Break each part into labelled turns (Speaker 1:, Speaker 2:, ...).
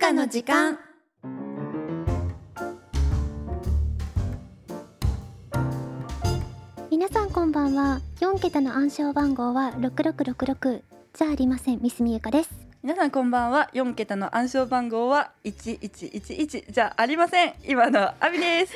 Speaker 1: たの時間
Speaker 2: 皆さんこんばんは4桁の暗証番号は6666じゃありませんミスミユカです
Speaker 1: 皆さんこんばんは4桁の暗証番号は1111じゃありません今のアビ です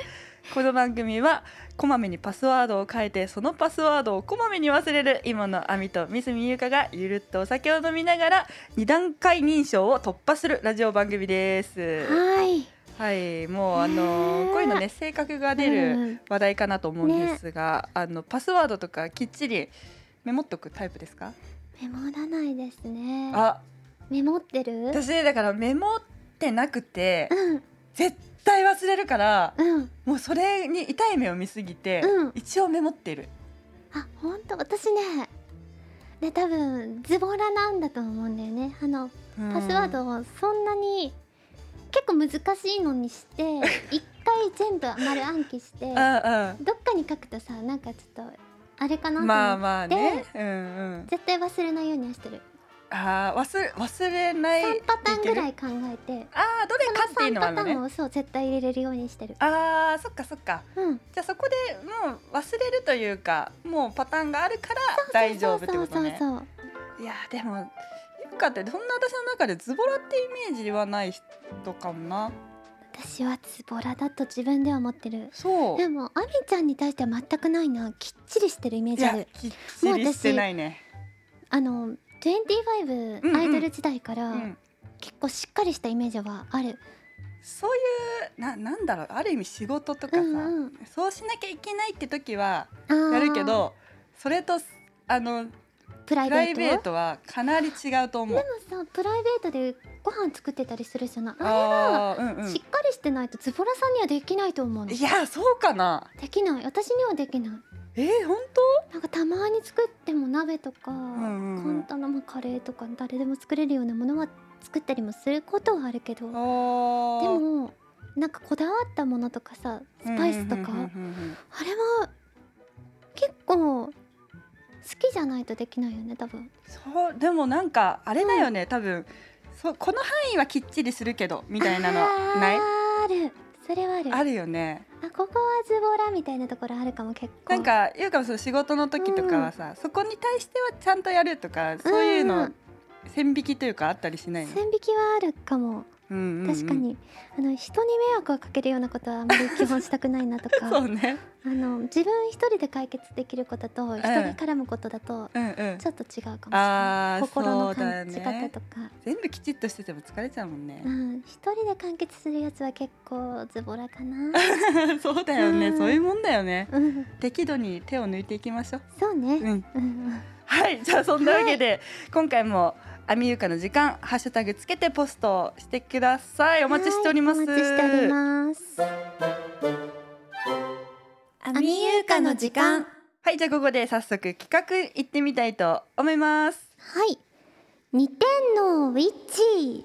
Speaker 1: この番組はこまめにパスワードを変えてそのパスワードをこまめに忘れる今のアミとミスミユカがゆるっとお酒を飲みながら二段階認証を突破するラジオ番組です
Speaker 2: はい
Speaker 1: はいもうあの
Speaker 2: ねえ
Speaker 1: こういうのね性格が出
Speaker 2: う
Speaker 1: る
Speaker 2: ん
Speaker 1: 話題かなと思うんですが、あのパスワードとかきっちりメモっとくタイプですか、
Speaker 2: メモらないですね
Speaker 1: あ
Speaker 2: メモってる
Speaker 1: 私ねだからメモってなくて
Speaker 2: うん
Speaker 1: 絶対忘れるから
Speaker 2: うん
Speaker 1: もうそれに痛い目を見すぎて、
Speaker 2: うん
Speaker 1: 一応メモってる
Speaker 2: あ本当私ねね多分ズボラなんだと思うんだよねあのパスワードをそんなに結構難しいのにして 一回全部丸暗記して
Speaker 1: うんうん
Speaker 2: どっかに書くとさなんかちょっとあれかなと思って、
Speaker 1: まあまあね、うんうん、
Speaker 2: 絶対忘れないようにはしてる
Speaker 1: あー忘れ忘れない
Speaker 2: 3パターンぐら
Speaker 1: い
Speaker 2: い考えて
Speaker 1: あーどれかってい
Speaker 2: そうの
Speaker 1: のはあ
Speaker 2: 3パタ
Speaker 1: るのね
Speaker 2: ーンをそう絶対入れれるようにしてる
Speaker 1: あーそっかそっか
Speaker 2: うん
Speaker 1: じゃあそこでもう忘れるというかもうパターンがあるから大丈夫ってことね
Speaker 2: そうそうそう
Speaker 1: いやーでもゆうかってそんな私の中でズボラってイメージはない人かもな
Speaker 2: そう私はズボラだと自分では思ってる
Speaker 1: そう
Speaker 2: でもアミちゃんに対しては全くないなきっちりしてるイメー
Speaker 1: い
Speaker 2: ジあ
Speaker 1: や
Speaker 2: る
Speaker 1: きっちりしてないね
Speaker 2: あの25
Speaker 1: うんうん
Speaker 2: アイドル時代か
Speaker 1: う
Speaker 2: ら
Speaker 1: ん
Speaker 2: 結構しっかりしたイメージはある
Speaker 1: そういうななんだろうある意味仕事とかさ、
Speaker 2: うんうん
Speaker 1: そうしなきゃいけないって時は
Speaker 2: あー
Speaker 1: やるけどそれとあの
Speaker 2: プラ
Speaker 1: プ
Speaker 2: イ
Speaker 1: ラ
Speaker 2: ベ
Speaker 1: イ
Speaker 2: ート
Speaker 1: ベートはかなり違うと思う。
Speaker 2: でもさプライベートでご飯作ってたりするじゃないあれは
Speaker 1: あーうんうん
Speaker 2: しっかりしてないとズボラさんにはできないと思うの
Speaker 1: いやそうかな
Speaker 2: できない私にはできない
Speaker 1: えー、本
Speaker 2: なんかたまに作っても鍋とか、
Speaker 1: んうんうん
Speaker 2: 簡単なまあカレーとか誰でも作れるようなものは作ったりもすることはあるけど
Speaker 1: 当
Speaker 2: で
Speaker 1: あー
Speaker 2: もなんかこだわったものとかさスパイスとか、
Speaker 1: うんうんうんうん
Speaker 2: あれは結構好きじゃないとできないよね多分
Speaker 1: そうでもなんかあれだよね、多分そうこの範囲はきっちりするけどみたいなのない
Speaker 2: あーあるそれはある
Speaker 1: あるよね
Speaker 2: あここはズボラみたいなところあるかも結構
Speaker 1: なんかゆうかもその仕事の時とかはさ、そこに対してはちゃんとやるとかそういう
Speaker 2: うんう
Speaker 1: の
Speaker 2: ん
Speaker 1: 線引きというかあったりしないの、
Speaker 2: 線引きはあるかも
Speaker 1: うんうんうん
Speaker 2: 確かに、あの人に迷惑をかけるようなことはあまり基本したくないなとか
Speaker 1: そう ね
Speaker 2: あの自分一人で解決できることと人に絡むことだと
Speaker 1: うんうん
Speaker 2: ちょっと違うかもしれな
Speaker 1: あ
Speaker 2: い、
Speaker 1: ー
Speaker 2: 心
Speaker 1: そ
Speaker 2: の
Speaker 1: うだよ
Speaker 2: 感じ方
Speaker 1: ね
Speaker 2: とか
Speaker 1: 全部きちっとしてても疲れちゃうもんね
Speaker 2: う、ん、一人で完結するやつは結構ズボラか な、
Speaker 1: そうだよね、
Speaker 2: うん
Speaker 1: そういうもんだよね
Speaker 2: うん、
Speaker 1: 適度に手を抜いていきましょう
Speaker 2: そうね、うん
Speaker 1: うん
Speaker 2: うん、
Speaker 1: はいじゃあそんなわけで、今回もアミユカの時間ハッシュタグつけてポストしてくださいお待ちしております、
Speaker 2: はいお待ちしております
Speaker 1: ア
Speaker 2: ミユカの時間
Speaker 1: はいじゃあここで早速企画行ってみたいと思います
Speaker 2: はい二点のウィッチ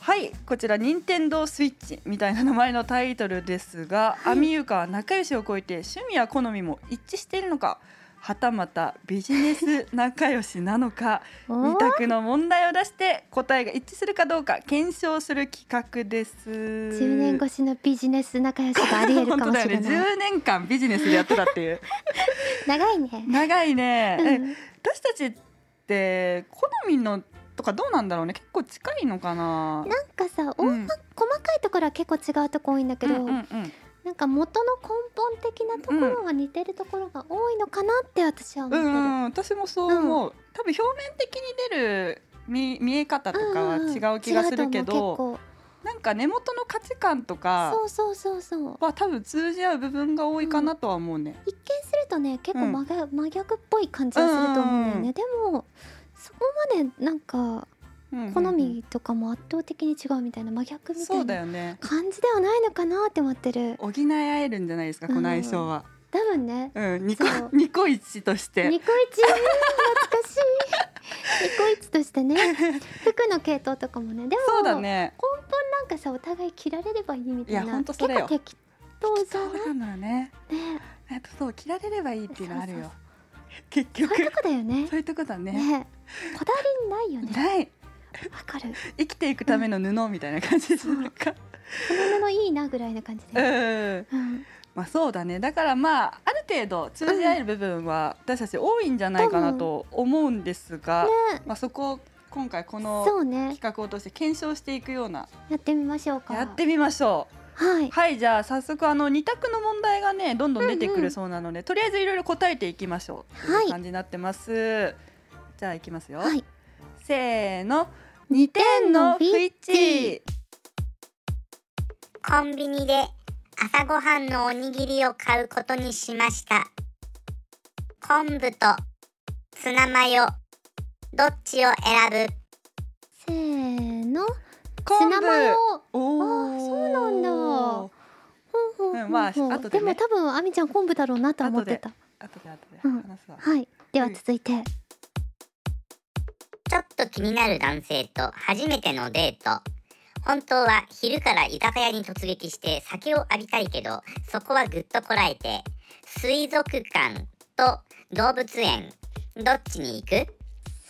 Speaker 1: はいこちら任天堂スイッチみたいな名前のタイトルですが、
Speaker 2: はい
Speaker 1: アミユカは仲良しを超えて趣味や好みも一致しているのかはたまたビジネス仲良しなのか 二択の問題を出して答えが一致するかどうか検証する企画です
Speaker 2: 10年越しのビジネス仲良しがありえるか
Speaker 1: 本当
Speaker 2: も
Speaker 1: だ
Speaker 2: し
Speaker 1: よ
Speaker 2: れ
Speaker 1: ね
Speaker 2: ない、
Speaker 1: 10年間ビジネスでやってたっていう
Speaker 2: 長いね
Speaker 1: 長いね、
Speaker 2: う
Speaker 1: え
Speaker 2: ん
Speaker 1: 私たちって好みのとかどうなんだろうね結構近いのかな
Speaker 2: なんかさ、お
Speaker 1: うん
Speaker 2: 細かいところは結構違うとこ多いんだけど、
Speaker 1: うんうんうん
Speaker 2: なんか元の根本的なところは似てるところが多いのかなって私は思
Speaker 1: う
Speaker 2: ってる、
Speaker 1: んうん、私もそう思う、多分表面的に出る見見え方とかは違う気がする
Speaker 2: 違
Speaker 1: けど、
Speaker 2: うと思う
Speaker 1: なんか根元の価値観と
Speaker 2: 結
Speaker 1: か
Speaker 2: 構そうそうそうそう
Speaker 1: は多分通じ合う部分が多いかなとは思うね、
Speaker 2: 一見するとね結構
Speaker 1: うん
Speaker 2: 真逆,、真逆っぽい感じはすると思うんだよね、
Speaker 1: うんうんうん
Speaker 2: でもそこまでなんか
Speaker 1: うんうんうん
Speaker 2: 好みとかも圧倒的に違うみたいな真逆みた
Speaker 1: そ
Speaker 2: いう
Speaker 1: だ
Speaker 2: な
Speaker 1: よね
Speaker 2: 感じではないのかなって思ってる
Speaker 1: 補い合えるんじゃないですかこの相性は、
Speaker 2: 多分ね
Speaker 1: うん、ニコ
Speaker 2: そう
Speaker 1: ニコイチとし
Speaker 2: ニ
Speaker 1: て
Speaker 2: コイチ懐かしい ニコイチとしてね 服の系統とかもねでも
Speaker 1: そうだね
Speaker 2: 根本なんかさお互い切られればいいみたいない
Speaker 1: やほんとそれよ
Speaker 2: 結構適当じゃない
Speaker 1: そうなのね
Speaker 2: ね
Speaker 1: えっとそう切られればいいっていうのある
Speaker 2: そう
Speaker 1: よ 結
Speaker 2: そういう
Speaker 1: 局
Speaker 2: とこだよね
Speaker 1: そういうとこだね
Speaker 2: ねこだわりないよね
Speaker 1: ない
Speaker 2: わかる
Speaker 1: 生きていくための布みたいな感じです
Speaker 2: そう
Speaker 1: なんか
Speaker 2: この布いいなぐらいな感じで、
Speaker 1: うん
Speaker 2: うん、
Speaker 1: まあそうだねだからまあある程度通じ合える部分は私たち多いんじゃないかなと思うんですが、まあ、そこを今回この
Speaker 2: そうね
Speaker 1: 企画を通して検証していくような
Speaker 2: やってみましょうか
Speaker 1: やってみましょう
Speaker 2: はい
Speaker 1: はいじゃあ早速あの2択の問題がねどんどん出てく
Speaker 2: うんう
Speaker 1: る
Speaker 2: ん
Speaker 1: そうなので、とりあえずいろいろ答えていきましょうと
Speaker 2: はいいう
Speaker 1: 感じになってます、じゃあいきますよ、
Speaker 2: はい
Speaker 1: せーの
Speaker 2: 二
Speaker 1: 点の不一致
Speaker 3: コンビニで朝ごはんのおにぎりを買うことにしました昆布とツナマヨどっちを選ぶ
Speaker 2: せーのツ
Speaker 1: 昆布
Speaker 2: ナマヨ
Speaker 1: おー
Speaker 2: あそうなんだほんほんほんほ
Speaker 1: うんまあ
Speaker 2: ん
Speaker 1: 後で
Speaker 2: で
Speaker 1: ね
Speaker 2: も多分あみちゃん昆布だろうなとは思ってた
Speaker 1: 後で後で
Speaker 2: うん
Speaker 1: 話すわ、
Speaker 2: はいでは
Speaker 1: うん
Speaker 2: 続いて
Speaker 3: ちょっと気になる男性と初めてのデート本当は昼から居酒屋に突撃して酒を浴びたいけどそこはぐっとこらえて水族館と動物園どっちに行く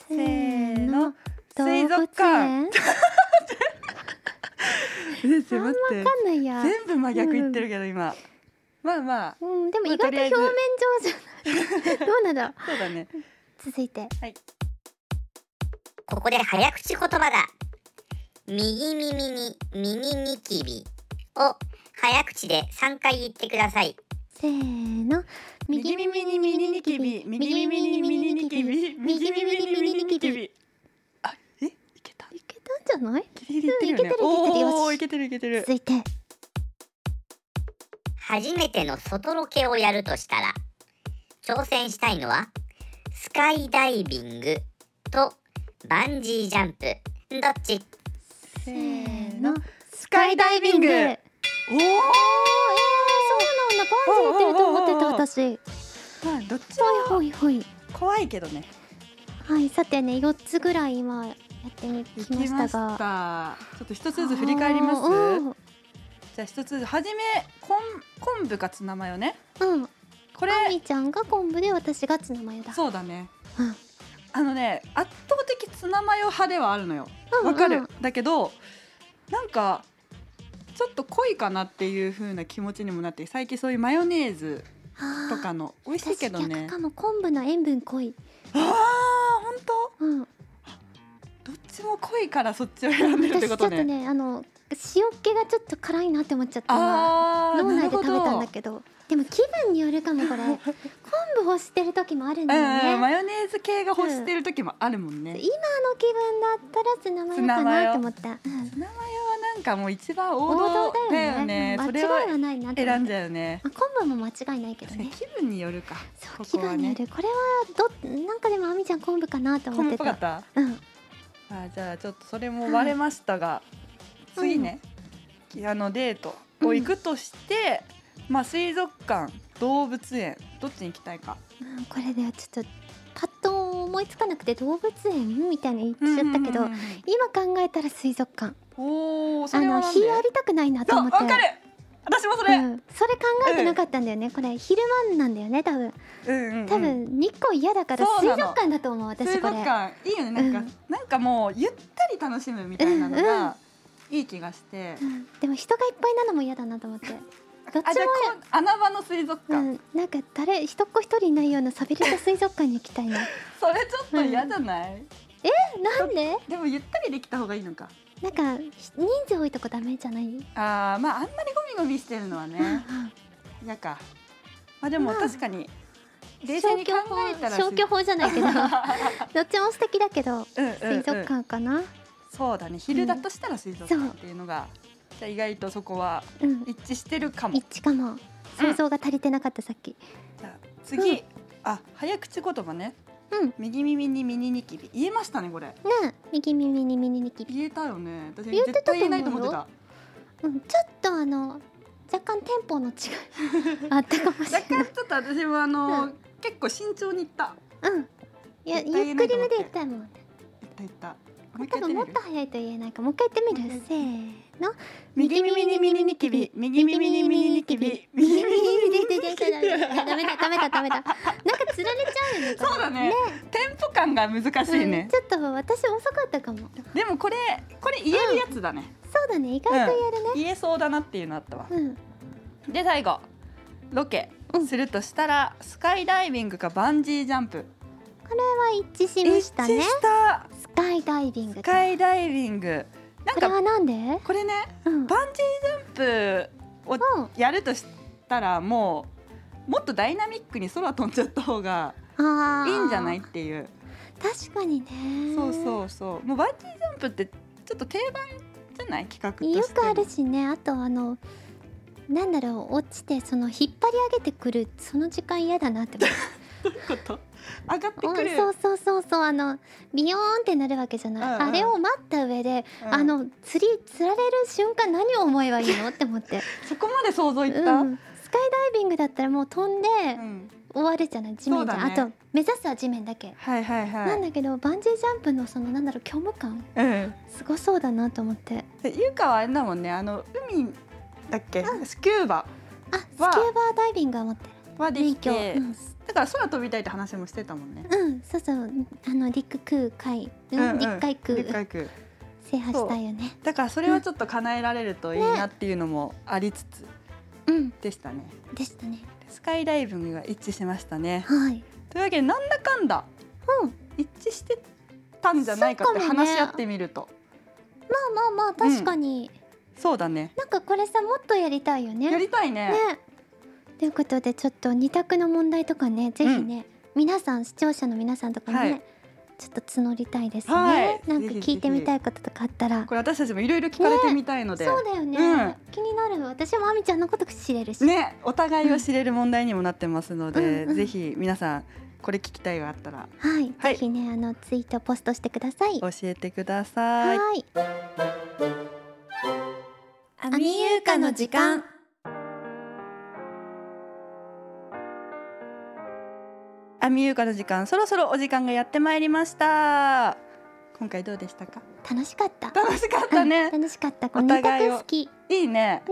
Speaker 2: せ
Speaker 1: せーの
Speaker 2: 動
Speaker 1: 水
Speaker 2: 物
Speaker 1: 族館
Speaker 2: 園
Speaker 1: 全然
Speaker 2: あんま
Speaker 1: 待って
Speaker 2: わかんないや
Speaker 1: 全部真逆言ってるけど今、まあまあ
Speaker 2: うんでも
Speaker 1: まあ
Speaker 2: 意外
Speaker 1: と
Speaker 2: と
Speaker 1: りあえ
Speaker 2: 表面
Speaker 1: ず
Speaker 2: 上じゃない どうなんだろう
Speaker 1: そうだね
Speaker 2: 続いて
Speaker 3: ここで早口言葉だ。右耳に右ニキビを早口で3回言ってください。
Speaker 2: せーの
Speaker 1: 右耳にミニニキビ右耳にミニニキビ右耳にミニニキビあえいけた
Speaker 2: いけたんじゃない
Speaker 1: ギリギリいってるよね
Speaker 2: うんいけてるいけてるよし
Speaker 1: おーいけてるいけてる
Speaker 2: 続いて
Speaker 3: 初めての外ロケをやるとしたら、挑戦したいのは、スカイダイビングとバンジージャンプ。どっち
Speaker 2: せ
Speaker 1: せーの
Speaker 2: ス
Speaker 1: カイダイビング
Speaker 2: おーえ
Speaker 1: おお
Speaker 2: ーそうなんだバンジーってると思ってた
Speaker 1: おーおーおーお
Speaker 2: 私
Speaker 1: ーまあどっちも
Speaker 2: ほいほいほい
Speaker 1: 怖いけどね
Speaker 2: はいさてね四つぐらい今やってみ
Speaker 1: 行
Speaker 2: きま
Speaker 1: きま
Speaker 2: し
Speaker 1: した
Speaker 2: が
Speaker 1: たちょっと一つずつ振り返ります
Speaker 2: あー
Speaker 1: じゃあ一つずつはじめ昆昆布かツナマヨね
Speaker 2: うんうん
Speaker 1: これ
Speaker 2: あみちゃんが昆布で私がツナマヨだ
Speaker 1: そうだね
Speaker 2: うん
Speaker 1: あのね圧倒的ツナマヨ派ではあるのよ
Speaker 2: うん
Speaker 1: わか
Speaker 2: う
Speaker 1: る
Speaker 2: ん
Speaker 1: だけどなんかちょっと濃いかなっていう風な気持ちにもなって最近そういうマヨネーズ
Speaker 2: あー
Speaker 1: とかの美味しい
Speaker 2: 私
Speaker 1: けどね
Speaker 2: 逆かも昆布の塩分濃い
Speaker 1: ああ本
Speaker 2: うん
Speaker 1: 当どっちも濃いからそっちを選んでるっ
Speaker 2: 私
Speaker 1: て
Speaker 2: ちょ
Speaker 1: こ
Speaker 2: っと
Speaker 1: とね
Speaker 2: ねあの塩気がちょっと辛いなって思っちゃった今
Speaker 1: ああ
Speaker 2: 脳
Speaker 1: な
Speaker 2: 内
Speaker 1: る
Speaker 2: で
Speaker 1: ほ
Speaker 2: 食べたんだけどでも気分によるか もこれ昆布欲してる時もあるんだ
Speaker 1: う
Speaker 2: よ
Speaker 1: んうん
Speaker 2: ね
Speaker 1: マヨネーズ系が欲してる時もあるもんね、
Speaker 2: 今の気分だったらツナマヨかなって思ったうん
Speaker 1: ツナマヨはなんかもう一番王
Speaker 2: 王
Speaker 1: 道
Speaker 2: 道
Speaker 1: だ
Speaker 2: だ
Speaker 1: よ
Speaker 2: よね
Speaker 1: ね
Speaker 2: 間
Speaker 1: そ
Speaker 2: 違
Speaker 1: れはい
Speaker 2: はないなって
Speaker 1: 選ん
Speaker 2: 思っ
Speaker 1: じ
Speaker 2: た
Speaker 1: ゃうよね
Speaker 2: まあ昆布も間違いないけど
Speaker 1: 確かに
Speaker 2: ね
Speaker 1: 気分によるか
Speaker 2: そう
Speaker 1: こ
Speaker 2: 気
Speaker 1: こは
Speaker 2: 分によ
Speaker 1: ね
Speaker 2: るこれはどなんかでもあみちゃん昆布かなと
Speaker 1: コ
Speaker 2: 思っ
Speaker 1: ン
Speaker 2: て
Speaker 1: ポかったた
Speaker 2: うん
Speaker 1: あじゃあちょっとそれも割れましたが、次ね、あのデートを行くとして、まあ水族館動物園どっちに行きたいか
Speaker 2: うんこれねちょっとパッと思いつかなくて動物園みたいに言っちゃったけど
Speaker 1: うんうんうん
Speaker 2: 今考えたら水族館
Speaker 1: うんおおそ
Speaker 2: あ
Speaker 1: れは
Speaker 2: の
Speaker 1: なん
Speaker 2: 日
Speaker 1: で
Speaker 2: 浴びたくないなと
Speaker 1: そう
Speaker 2: 思
Speaker 1: わ
Speaker 2: って
Speaker 1: かる私もそれ、う
Speaker 2: うんん、それ考えてなかったんだよね、これ昼間なんだよね多分
Speaker 1: うんうん
Speaker 2: 多分日光嫌だから
Speaker 1: そう
Speaker 2: 水
Speaker 1: なの
Speaker 2: 族館だと思う私
Speaker 1: 水
Speaker 2: こ
Speaker 1: 族
Speaker 2: れ
Speaker 1: 館いいよねなんか、
Speaker 2: うん
Speaker 1: なんかもうゆったり楽しむみたいなの
Speaker 2: うんうん
Speaker 1: がいい気がして、
Speaker 2: うんでも人がいっぱいなのも嫌だなと思ってどっちも
Speaker 1: あじゃあこう穴場の水族
Speaker 2: う
Speaker 1: 館、
Speaker 2: ん、なんか誰人っ子一人いないような寂れた水族 館に行きたいな
Speaker 1: それちょっと嫌じゃない、
Speaker 2: なんで
Speaker 1: でもゆったりできた方がいいのか
Speaker 2: なんか人数多いとこダメじゃない、
Speaker 1: あーまああんまりゴミゴミしてるのは
Speaker 2: うんう
Speaker 1: ね
Speaker 2: ん
Speaker 1: 嫌かまあでも
Speaker 2: まあ
Speaker 1: 確かに冷静に考えたら
Speaker 2: 消去法じゃないけ どどっちも素敵だけど
Speaker 1: うんうんうん
Speaker 2: 水族館かな、
Speaker 1: そうだね昼だとしたら水族館っていうのが、じゃあ意外とそこは
Speaker 2: うん
Speaker 1: 一致してるかも
Speaker 2: 一致かも想像が足りてなかったさっき
Speaker 1: じゃあ次、
Speaker 2: うん
Speaker 1: あ早口言葉ね、
Speaker 2: うん
Speaker 1: 右耳にミニニキビ言えましたねこれ
Speaker 2: ねえ右耳に右にキビ
Speaker 1: 言えたよね私
Speaker 2: 言えて
Speaker 1: 絶
Speaker 2: たと
Speaker 1: 対
Speaker 2: 思うよ
Speaker 1: 言えないと思ってた
Speaker 2: うん、ちょっとあの若干テンポ の違いあったかもしれ
Speaker 1: 若干ちょっと私もあの、
Speaker 2: う
Speaker 1: 結構慎重にいった
Speaker 2: ない。うん。いや
Speaker 1: 絶対言え
Speaker 2: ゆっ
Speaker 1: な
Speaker 2: く
Speaker 1: いと
Speaker 2: り
Speaker 1: 思っ
Speaker 2: めで
Speaker 1: て
Speaker 2: 言ったもん。
Speaker 1: いったいったもう一
Speaker 2: 多
Speaker 1: 回
Speaker 2: 分も
Speaker 1: やってみ
Speaker 2: っ
Speaker 1: る
Speaker 2: と早いと言えないかもう一回言ってみる。せーの。
Speaker 1: 右耳にミニニキビ右耳にミニニキビ右耳にミニニ
Speaker 2: 出てきたダメ だダメだダメだダメだなんか釣られちゃうよねこれ
Speaker 1: そうだねテンポ感が難しいね
Speaker 2: うん、ちょっと私遅かったかもそう
Speaker 1: でもこれこれ言えるやつだね、
Speaker 2: だね意外とやるね
Speaker 1: 言えそうだなっていうのあったわ
Speaker 2: うん、
Speaker 1: で最後ロケするとしたら、スカイダイビングかバンジージャンプ
Speaker 2: これは一致しました
Speaker 1: 一致
Speaker 2: ね
Speaker 1: した
Speaker 2: スカイダイビング
Speaker 1: ス
Speaker 2: と
Speaker 1: カイダイビングなん
Speaker 2: これ
Speaker 1: か
Speaker 2: はなんで
Speaker 1: これね
Speaker 2: うん
Speaker 1: バンジージャンプを
Speaker 2: うん
Speaker 1: やるとしたらもうもっとダイナミックに空飛んじゃった方が
Speaker 2: あ
Speaker 1: い
Speaker 2: ー
Speaker 1: いんじゃないっていう
Speaker 2: 確かにね
Speaker 1: そうそうそうもうバンジージャンプってちょっと定番じゃない企画として
Speaker 2: よくあるしねあとあのなんだろう落ちてその引っ張り上げてくるその時間嫌だなって思
Speaker 1: どういうこと上がって
Speaker 2: うう
Speaker 1: くる
Speaker 2: ん、そうそうそうそうあのビヨーンってなるわけじゃない、
Speaker 1: うんうん
Speaker 2: あれを待った上で、
Speaker 1: うん
Speaker 2: あの釣り釣られる瞬間何を思えばいいのって思って、
Speaker 1: そこまで想像
Speaker 2: う
Speaker 1: い
Speaker 2: ん、
Speaker 1: っ
Speaker 2: スカイ
Speaker 1: た、
Speaker 2: ダイビングだったらもう飛んで
Speaker 1: うん
Speaker 2: 終わるじゃない地面じゃん、
Speaker 1: そう
Speaker 2: あ
Speaker 1: だ
Speaker 2: と目指すは地面だけ、
Speaker 1: はいはいはい
Speaker 2: なんだけどバンジージャンプのそのなんだろう虚無感
Speaker 1: うん
Speaker 2: すごそうだなと思って
Speaker 1: でゆうかはあれだもんねあの海だっけ、スキューバ
Speaker 2: あスキュ
Speaker 1: わ
Speaker 2: ーバーダイビングは持ってる
Speaker 1: はできて、
Speaker 2: 免許
Speaker 1: だから空飛びたいって話もしてたもんね、
Speaker 2: うん、そうそう、あの陸空海、うん
Speaker 1: うんうん
Speaker 2: 陸海空
Speaker 1: でっかい空
Speaker 2: 制覇したいよね。
Speaker 1: だからそれはちょっと叶えられるといいなっていうのもありつつ
Speaker 2: うん、
Speaker 1: でしたね
Speaker 2: でしたね。
Speaker 1: スカイダイビングが一致しましたね
Speaker 2: はい。
Speaker 1: というわけでなんだかんだ、一致してたんじゃないかって
Speaker 2: そうかもね
Speaker 1: 話し合ってみると
Speaker 2: まあまあまあ、確かに、
Speaker 1: そうだね
Speaker 2: なんかこれさ、もっとやりたいよね。
Speaker 1: やりたいね
Speaker 2: ね。ということで、ちょっと二択の問題とかね、ぜひね、皆さん、視聴者の皆さんとかね。
Speaker 1: はい
Speaker 2: ちょっと募りたいですね、
Speaker 1: はい
Speaker 2: なんか
Speaker 1: ぜひぜひ
Speaker 2: 聞いてみたいこととかあったら
Speaker 1: これ私たちもいろいろ聞かれてみたいので、
Speaker 2: そうだよね、
Speaker 1: うん
Speaker 2: 気になる私もあみちゃんのこと知れるし、
Speaker 1: ね、お互いを知れる問題にもなってますので、
Speaker 2: うんうん
Speaker 1: ぜひ皆さんこれ聞きたいがあったら
Speaker 2: はい、
Speaker 1: はい
Speaker 2: ぜひねあのツイートポストしてください
Speaker 1: 教えてください。
Speaker 2: はい
Speaker 1: ア
Speaker 2: ミユーカの時間。
Speaker 1: アミユーカの時間、そろそろお時間がやってまいりました。今回どうでしたか。
Speaker 2: 楽しかった
Speaker 1: 楽しかったね
Speaker 2: うん。 楽しかった。こ
Speaker 1: お
Speaker 2: の二
Speaker 1: 互い
Speaker 2: 択
Speaker 1: を
Speaker 2: 好き。ね。
Speaker 1: いいね。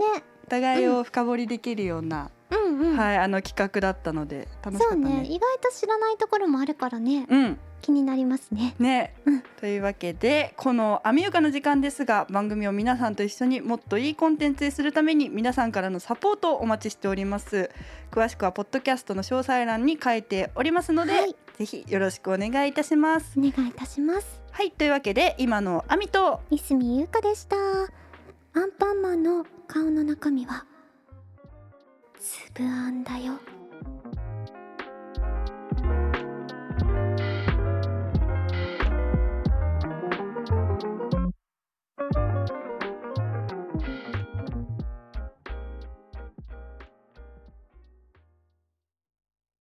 Speaker 1: お互いを深掘りできるような、
Speaker 2: うんうん。
Speaker 1: はい、あの企画だったので楽し
Speaker 2: そ
Speaker 1: かっ
Speaker 2: う
Speaker 1: た
Speaker 2: ね。
Speaker 1: ね。
Speaker 2: 意外と知らないところもあるからね。
Speaker 1: うん。
Speaker 2: 気になりますね。
Speaker 1: ね、
Speaker 2: うん
Speaker 1: というわけでこの「アミユカの時間」ですが番組を皆さんと一緒にもっといいコンテンツにするために皆さんからのサポートをお待ちしております詳しくはポッドキャストの詳細欄に書いておりますので、
Speaker 2: はい
Speaker 1: ぜひよろしくお願いいたします
Speaker 2: お願いいたします。
Speaker 1: はいというわけで今のアミと
Speaker 2: いすみゆうかでした。アンパンマンの顔の中身は。粒あんだよ。